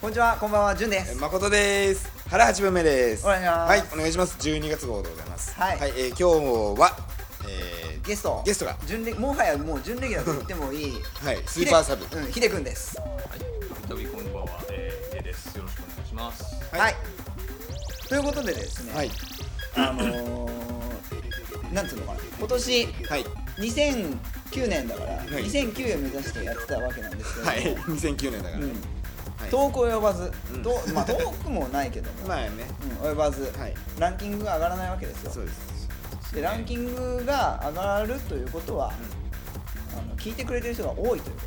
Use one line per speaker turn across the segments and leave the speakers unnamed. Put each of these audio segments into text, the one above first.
こんにちは、こんばんは、じゅんです。
誠です。原八分目です。
お願いします
はい、お願いします。12月号でございます。
はい
えー今日は、えー
ゲスト。
ゲストが
準レもはやもう準レギュラーと言ってもいい。
はいスーパーサブ
ひでうん、ひでくんです。
はい、たびこんばんは、えー、ヒデです。よろしくお願いします。
はい。ということでですね。
はい
あのー、なんつうのかな。今年
はい
2009年だから、
い
2009年を目指してやってたわけなんですけども、
はい 2009年だから、
う
ね
ん
はい
遠く及ばず、
うん
とまあ遠くもないけども、
まあね、
うん、及ばず、
はい
ランキングが上がらないわけですよ。
そうです。
でランキングが上がるということは、あの聞いてくれてる人が多いというこ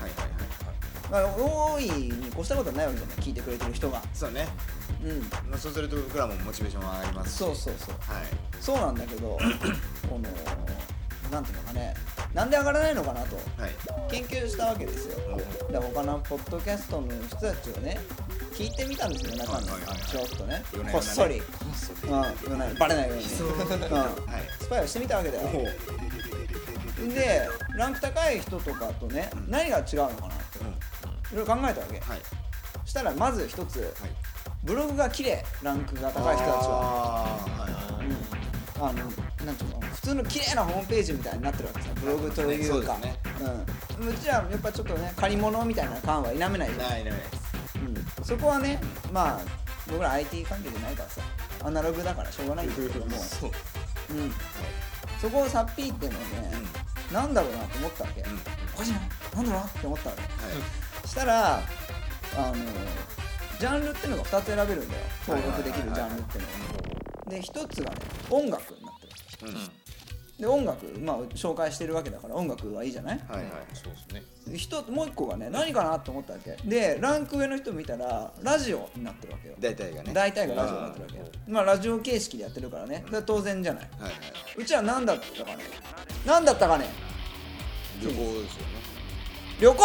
はいはいはいはい。
と、まあ、多いに越したことはないわけじゃない聞いてくれてる人が
そうね。
うん
まあそうすると僕らもモチベーションが上がりますし。
そうそうそう
はい。
そうなんだけ どこのなんていうのかねなんで上がらないのかなと
はい。
研究したわけですよ
お
で他のポッドキャストの人たちをね聞いてみたんですよ中の
はいはいはい
ちょっとね
夜な夜なね
こっそり、うん、夜な夜なバレないように、
そう
うん、
はい。
スパイをしてみたわけだよ
おう
でランク高い人とかとね、
うん
何が違うのかなって、
うん
いろいろ考えたわけ、
はい
したらまず一つ
はい。
ブログが綺麗ランクが高い人たちは
あーはいはい
あのなんていうの普通の綺麗なホームページみたいになってるわけさブログとい
そう
う
で
か
すね
うん、うちらやっぱちょっとね借り物みたいな感は否めないじゃん
ないないない。
うん、そこはねまあ僕ら IT 関係じゃないからさアナログだからしょうがないんだけども、
そう。
うん、そこをさっぴーっていうのはね、なんだろうなと思ったわけ、
うんうん
おかしいななんだろうなって思ったわけ
はい。
したらあのジャンルっていうのが2つ選べるんだよ登録できるジャンルっていうのがで1つがね音楽になってる
うん。
で音楽まあ紹介してるわけだから音楽はいいじゃない
はいはい。
そうですね。
一つもう1個がね何かなと思ったわけでランク上の人見たらラジオになってるわけよ
大体がね。
大体がラジオになってるわけよまあラジオ形式でやってるからねそれは当然じゃない
あーはいはいう
ちは何だったかね何だったかね
旅行ですよね。
旅行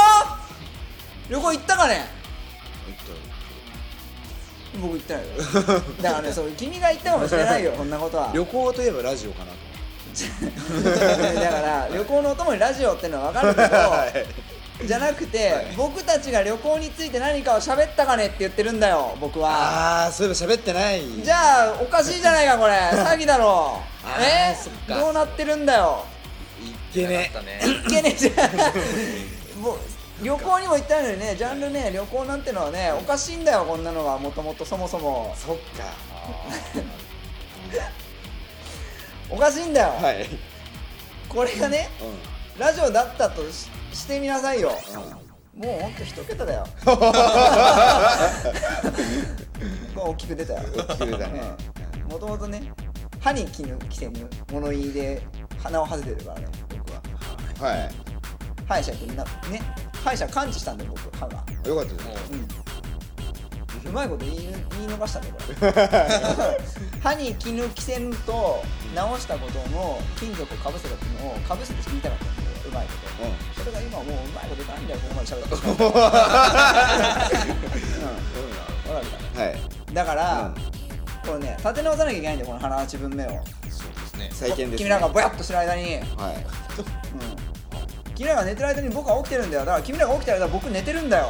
旅行行ったかね
えっと
僕行 ったよだからねそう君が行ったかもしれないよこんなことは
旅行といえばラジオかなと
だから旅行のお供にラジオってのは分か るけど、じゃなくて、
はい
僕たちが旅行について何かを喋ったかねって言ってるんだよ僕は
ああそういえば喋ってない
じゃあおかしいじゃないかこ れ詐欺だろ
あー
え
そっか
どうなってるんだよ
いっけね
だね。
いけねえじゃん もう旅行にも行ったのにねジャンルね旅行なんてのはねおかしいんだよこんなのはもともとそもそも
そっか
おかしいんだよ、
はいうん
これがねラジオだったとししてみなさいよ、もうほんと一桁だ よこれ大きく出たよ
大きく出たね
うんもともとね歯に絹着てぬ物言いで鼻をはせてるからね僕は
はい
歯医者君なね歯医者完治したんだよ僕歯が
よかったですね
うんうまいこと言い言い逃したね これ歯に絹着せぬと直したことの金属をかぶせたっていうのをかぶせて言いたかったんだようまいことそれが今もううまいこといかないんだよここまで喋ってうんわかるか
うんはい
なだから、
うん
これね立て直さなきゃいけないんだよこの鼻8分目を
そうですね。
再建ですね
君らがぼやっとしてる間に、うん、
はい
君らが寝てる間に僕は起きてるんだよだから君らが起きてる間僕寝てるんだよ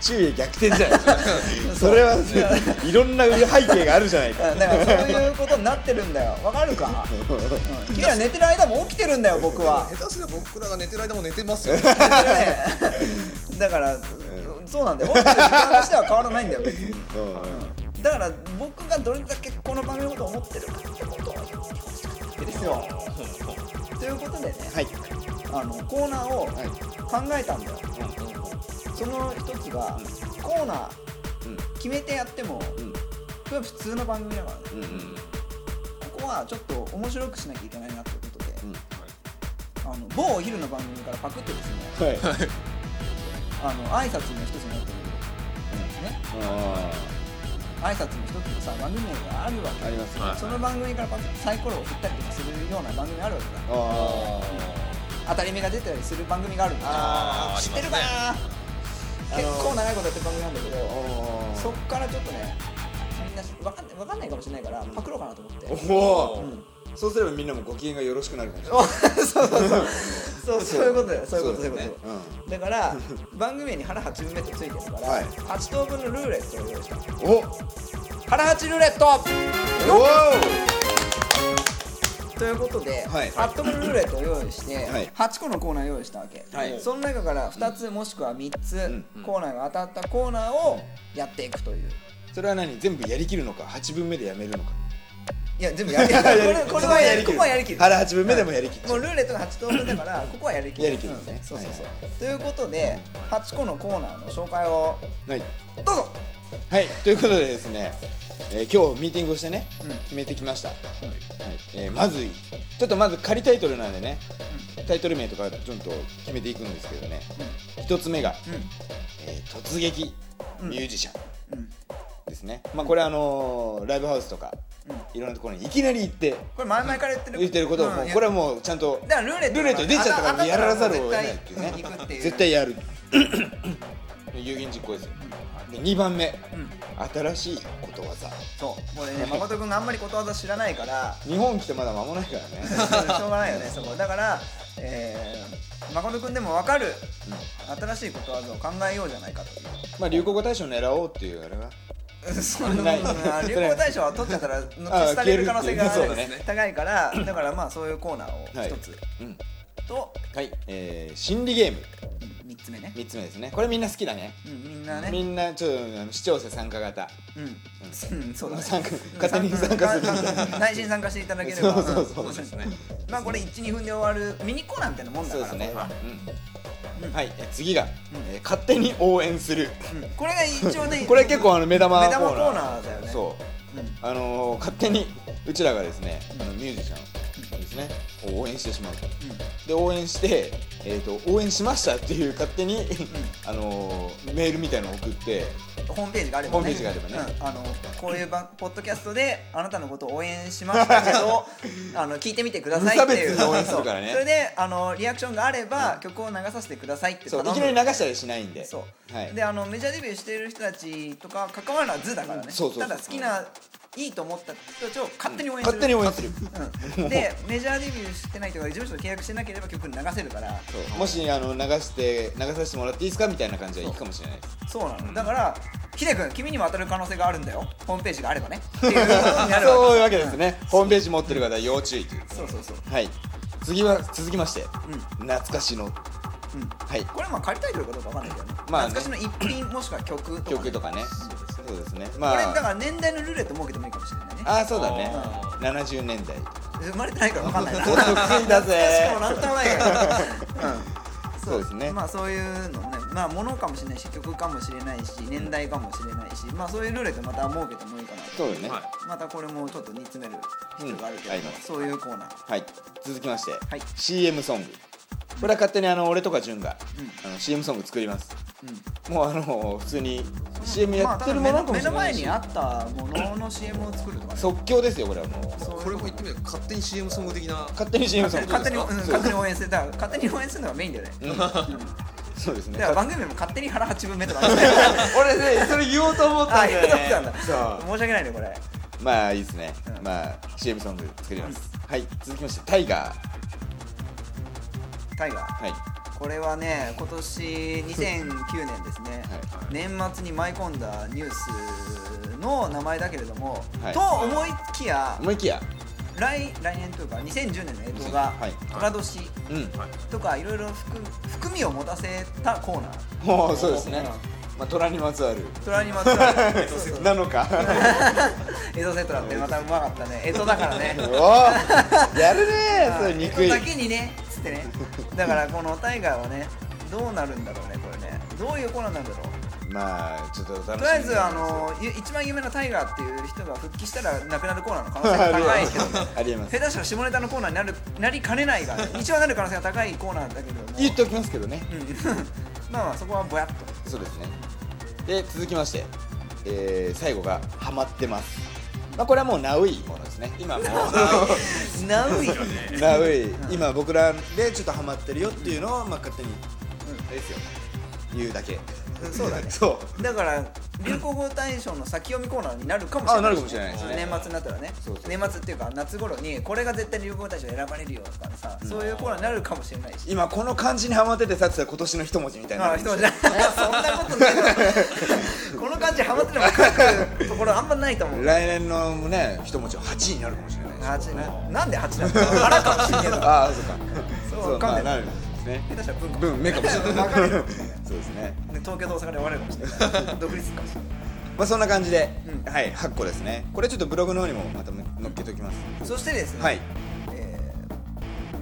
昼夜逆転じゃないですか それはそれいろんな背景があるじゃない か
だからそういうことになってるんだよわかるか、うん、君ら寝てる間も起きてるんだよ僕 は
下手すりゃ僕らが寝てる間も寝てます よ。
だから、そうなんだよ起きてる時間としては変わらないんだよ別に
うんうん
だから僕がどれだけこの番組のことを思ってるかってことですよ。ということでね、
はい
あのコーナーを
はい
考えたんだよ。その一つが、コーナー
うん
決めてやっても、
うん
これは普通の番組だからね、
うんうん
ここはちょっと面白くしなきゃいけないなということで、
うん
あの某お昼の番組からパクってですね、
はい
あの挨拶の一つになってる挨拶の一つのさ番組名があるわけ
ありますね
はい
その番組からパッとサイコロを振ったりとかするような番組あるわけだ
あ
当たり目が出たりする番組があるんだ
あ
ー
知ってるかな、
ありますね
結構長いことやってる番組なんだけど
あー
そっからちょっとねみんなわかんないわかんないかもしれないからパクろうかなと思って
おお、そうすればみんなもご機嫌がよろしくなるかもしれない
お そうそうそうそうそういうことだよそういうことそう
だ
いう
よ
こ
ね
とだから番組名に腹八分目ってついてるから、
はい
8等分のルーレットを用意した
うんお
腹八ルーレット
お
ということで、
はい
アットムルーレットを用意して、
はい
8個のコーナーを用意したわけ、
はい
その中から2つもしくは3つ、
う
コーナーが当たったコーナーをやっていくという。
それは何全部やりきるのか8分目でやめるのか
いや、全部やりきる。 これこれはやりきる。ここはやりきる。
あれ8分目でもやりきる
もうルーレットが8等分だから、ここはやりきる。
やりきるんですね
うんそうそうそう
は。
ということで、8個のコーナーの紹介を
はい
どうぞ
はい、ということでですね、えー今日ミーティングをしてね、
うん
決めてきました、はいえーまずちょっとまず仮タイトルなんでね、タイトル名とかちょっと決めていくんですけどね、一つ目が、えー突撃ミュージシャ
う
ン」
ん
ですね、まあこれあのーライブハウスとか、いろんなところにいきなり行って
これ前々から言ってる
言ってることをもう、これはもうちゃんと
だからルーレット
出ちゃったから
あた
やらざるを得ないっていうね
あたからもう絶対うん行くっていう
絶対やる有言実行ですよ、で2番目、
ん
新しいことわざ
そうもうね誠君があんまりことわざ知らない から
日本来てまだ間もないからね
しょうがないよねそこだから、えー、誠君でも分かる、新しいことわざを考えようじゃないかという
まあ流行語大賞狙おうっていうあれは
そんな
ない
もんな流行大賞は取っちゃったら消し去れる可能性が
消えるっていうねそうだね
高いからだからまあそういうコーナーを
はい
一つ
うん
と
はいえー、心理ゲーム
三つ目ね
3つ目ですねこれみんな好きだね
うんみんなね
みんなちょっとあの視聴者参加型
うんうんそうだね
参加勝手に参加するみたいな
うん内心参加していただければ
そうそうそうん
面白い
そうですね
まあこれ12分で終わるミニコーナーみたいなもんだ
そう
か
で
ら
すね
これは、
うんはいえー次が、えー勝手に応援する」
うんこれが一応ね
これ結構あの目玉
目玉コーナーだよね
そう、
うん
あのー勝手にうちらがですねあのミュージシャンをですねを応援してしまうと、で応援して、えー、と応援しましたっていう勝手に、あのーメールみたいのを送って
ホームページがあればね
ホームページがあればね
うんあのこういうばんポッドキャストであなたのことを応援しましたけ どあの聞いてみてくださいっていう
無差別に応援するからね
そうそれであのリアクションがあれば、曲を流させてくださいって
そ
頼む
ういきなり流したりしないんで
そう、
はい、
であのメジャーデビューしている人たちとか関わるのは図だからね
そうそうそう
ただ好きないいと思った人たちを勝手に応援する、
勝手に応援する
うんでメジャーデビューしてないとか事務所と契約してなければ曲に流せるから
そうもしあの流して流させてもらっていいですかみたいな感じはいいかもしれないです
そうなの、だからヒデ君君にも当たる可能性があるんだよホームページがあれ ばねっていうことになるわけ
そういうわけですね、ホームページ持ってる方は要注意という
そうそうそう
はい次は続きまして、懐かしの、はい
これはまあ借りタイトルかどうかわかんないけどね,、
まあね
懐かしの一品もしくは曲とか、ね、
曲と
こ
かねそうですね
れ
ま
だ
あ
から年代のルーレット設けてもいいかもしれないね
ああそうだね
あ
70年代
生まれてないからわかんないな
お得意だぜ
しかもなんともないから、うん
そうですね
まあそういうのねまあものかもしれないし曲かもしれないし年代かもしれないし、まあそういうルーレットまた設けてもいいかなと
そうだね
はい
またこれもちょっと煮詰める必要があるけ
うん
ど、
あります
そういうコーナー
はい続きまして、
い
CM ソングこれは勝手にあの俺とか潤が、あの CM ソング作ります、もうあの普通に CM やってるものか
まあただ目の
もしれな
目の前
いし、
にあったものの CM を作るとかね
即興ですよこれはもう
そういう
これも言ってみれば勝手に CM ソング的な
勝手に CM ソング
勝手に、うん、
そう
勝手に応援するだから勝手に応援するのがメインだよね、
そうですね
だから番組名も勝手に腹八分目とかね
俺ねそれ言おうと思ったんだよね
あ言おうと思ったんだ
そう
申し訳ないねこれ
まあいいですね、
うん
まあ CM ソング作ります、はい続きましてタイガー
タイガー
はい
これはね今年2009年ですね、
は
年末に舞い込んだニュースの名前だけれども、
はい
と思いきや
思いきや
来来年というか2010年の映像が
はい
寅年
うん
とかいろいろ含含みを持たせたコーナー
もうそうですね、まあ、虎にまつわる
虎にまつわるそうそう
なのか
江戸セトラってまたうまかったね江戸だからね
おーやるねーそれ憎い
だけにねつってねだからこのタイガーはねどうなるんだろうねこれねどういうコーナーなんだろう
まあちょっと楽しみ
とりあえずあのゆ一番有名なタイガーっていう人が復帰したらなくなるコーナーの可能 性が高いけど、ね、
ありえます
下手したら下ネタのコーナーになるなりかねないが、一番なる可能性が高いコーナーだけども
言って おきますけどね
うんまあまあそこはぼやっと
そうですねで続きましてえー最後がハマってます、まあ、これはもうナウイものですね今もう
ナウイ
ナウイ今僕らでちょっとハマってるよっていうのをまあ勝手にあれですよ言うだけ
そうだね
そう
だから流行語大賞の先読みコーナーになるかもしれない
あなるかもしれないですね
年末になったらね
そうそう
年末っていうか夏頃にこれが絶対流行語大賞選ばれるよとかさ、そういうコーナーになるかもしれないし
今この漢字にハマっててさっき言ったら今年の一文字みたいな
あ人じゃないそんなことない この感じハマってるの書くところあんまないと思う
来年のね一文字は8になるかもしれないです
八ななんで8なのか分からんかもしれないけど
ああそうか
そう
そう
わかん
ま
な
あ
い
なるんですね
下手したら文化
文目かもしれな
わかる
い
よ
そうですね
ね東京と大 阪で終われるかもしれない独立するかもしれない
まあそんな感じで、
うん
はい8個ですねこれちょっとブログの方にもまた載っけておきます、
そしてですね、
はい
え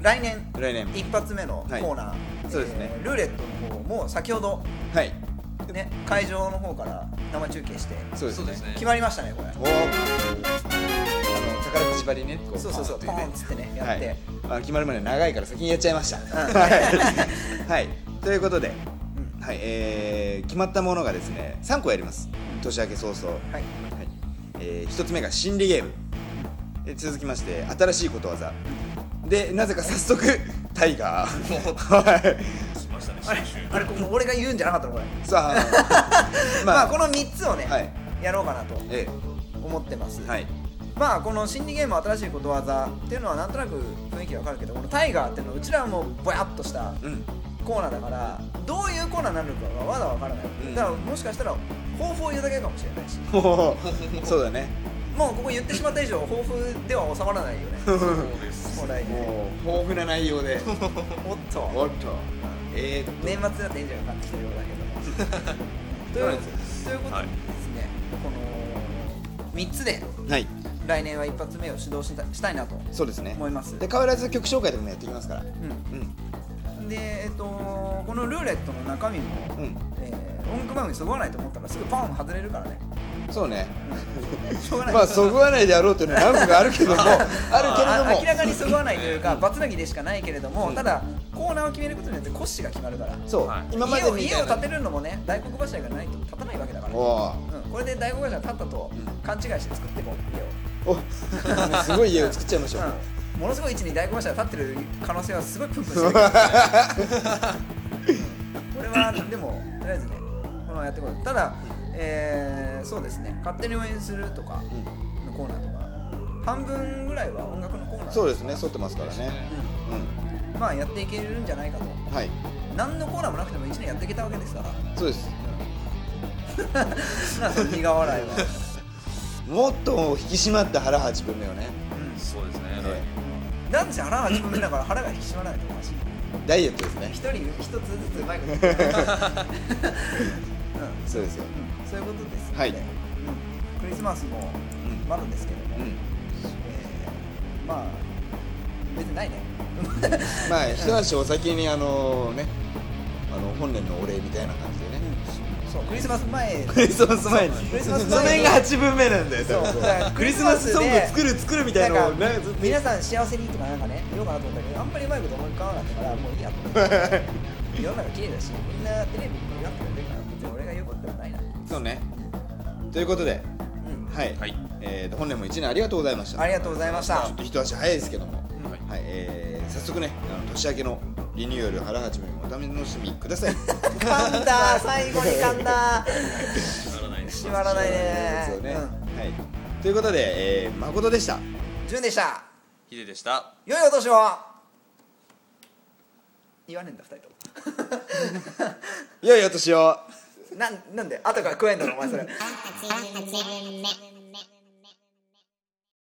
ー来年
来年
一発目のコーナー、えー
そうですね
ルーレットの方も先ほど、
はい
ね、会場の方から生中継して
そうです
そうです
ね
ね
決まりましたねこれ
おおあの宝くじばりねこ
そうそうそう
パーン
パーンっ
と
つ
い
ってねやって
はい、まあ決まるまで長いから先にやっちゃいました、
ん
はい、はい、ということで、
う
はいえー決まったものがですね3個やります年明け早々
はい
はいえ1つ目が心理ゲームえ続きまして新しいことわざでなぜか早速タイガーはい
しましたね
あれ
新春
あれここ俺が言うんじゃなかったのこれ
さ あ
まあ、
こ
この3つをね、
はい
やろうかなと
え
思ってます、
えはい
まあこの心理ゲーム新しいことわざっていうのはなんとなく雰囲気わかるけどこのタイガーっていうのはうちらはもうぼやっとした
うん
コーナーだからどういうコーナーになるのかがまだわからない、
ん
だからもしかしたら抱負を言うだけかもしれないし
もうそうだね
もうここ言ってしまった以上抱負では収まらないよね
そうです
もう来年
もう豊富な 内容で
おっと
おっとえー
年末だってエンジンがかかってきてるようだけ どというということでですね、この3つで
はい
来年は一発目を指導したしたいなと
そうですね
思います
で変わらず曲紹介とかもやっていきますからうん
うん、でえっとこのルーレットの中身も、
うん
えー音楽番組そぐわないと思ったらすぐパン外れる からね
そうね
しょうがない
まあそぐわないであろうというのは何個かある けどもあるけれど
あ
も
明らかにそぐわないというかバツなぎでしかないけれども、ただコーナーを決めることによって骨子が決まるから
そう、
はい
今までみたい
家
な
を家を建てるのもね大黒柱がないと建たないわけだから、
おお
うん、これで大黒柱が建ったと
うん
勘違いして作ってこう家を
お すごい家を作っちゃいましょう、
うん、ものすごい位置に大根柱が立ってる可能性はすごいプンプン してるけど、これはでもとりあえずねこのやってこうただ、えーそうですね勝手に応援するとかのコーナーとか、半分ぐらいは音楽のコーナー
そうですね沿ってますからね
うんまあやっていけるんじゃないかと
うんはい
何のコーナーもなくても1年やっていけたわけですから
そうです
なんか その苦笑いは、
もっと引き締まった腹八分目をね、
そうですね来年
うん、なんせ腹が自分だから腹が引き締まらないとおかしい
ダイエットですね
一人一つずつうまいこと言ってるうん
そうですよ
そういうことですので、
はい
うんクリスマスも
うん
まだですけども、
うん
えーまあ別にないね
まあ一足お先にあのねあの本年のお礼みたいな感じでね、
そうクリスマス前
クリスマス前に
クリスマス前に
その辺が八分目なんだよ
そう
多分
だから
クリスマスソング作る作 るみたいなのを
なん
ね
か
ずっと
皆さん幸せにとかなんかね言おうかなと思ったけどあんまりうまいこと思い浮かばなかったからもういいやと思 って世の中綺麗だしみんなテレビになってくれてるから別に俺が言うことではないな、
そうねということで
うん、
はい、
はい
えーと本年も一年ありがとうございました
ありがとうございました
ちょっと一足早いですけども、
うん
はい
はいえー、早速ねあの年明けのリニューアル原八分お楽しみくだ さい
噛んだ最後に噛んだ
ならないです
閉まらないね
そうね、
うん
はいということで、えー、誠でした
ジュンでした
ヒデでした
良いお年を言わねえんだ二人と
良いお年を
もなんなんで後から食えんだろお前それ
八分目。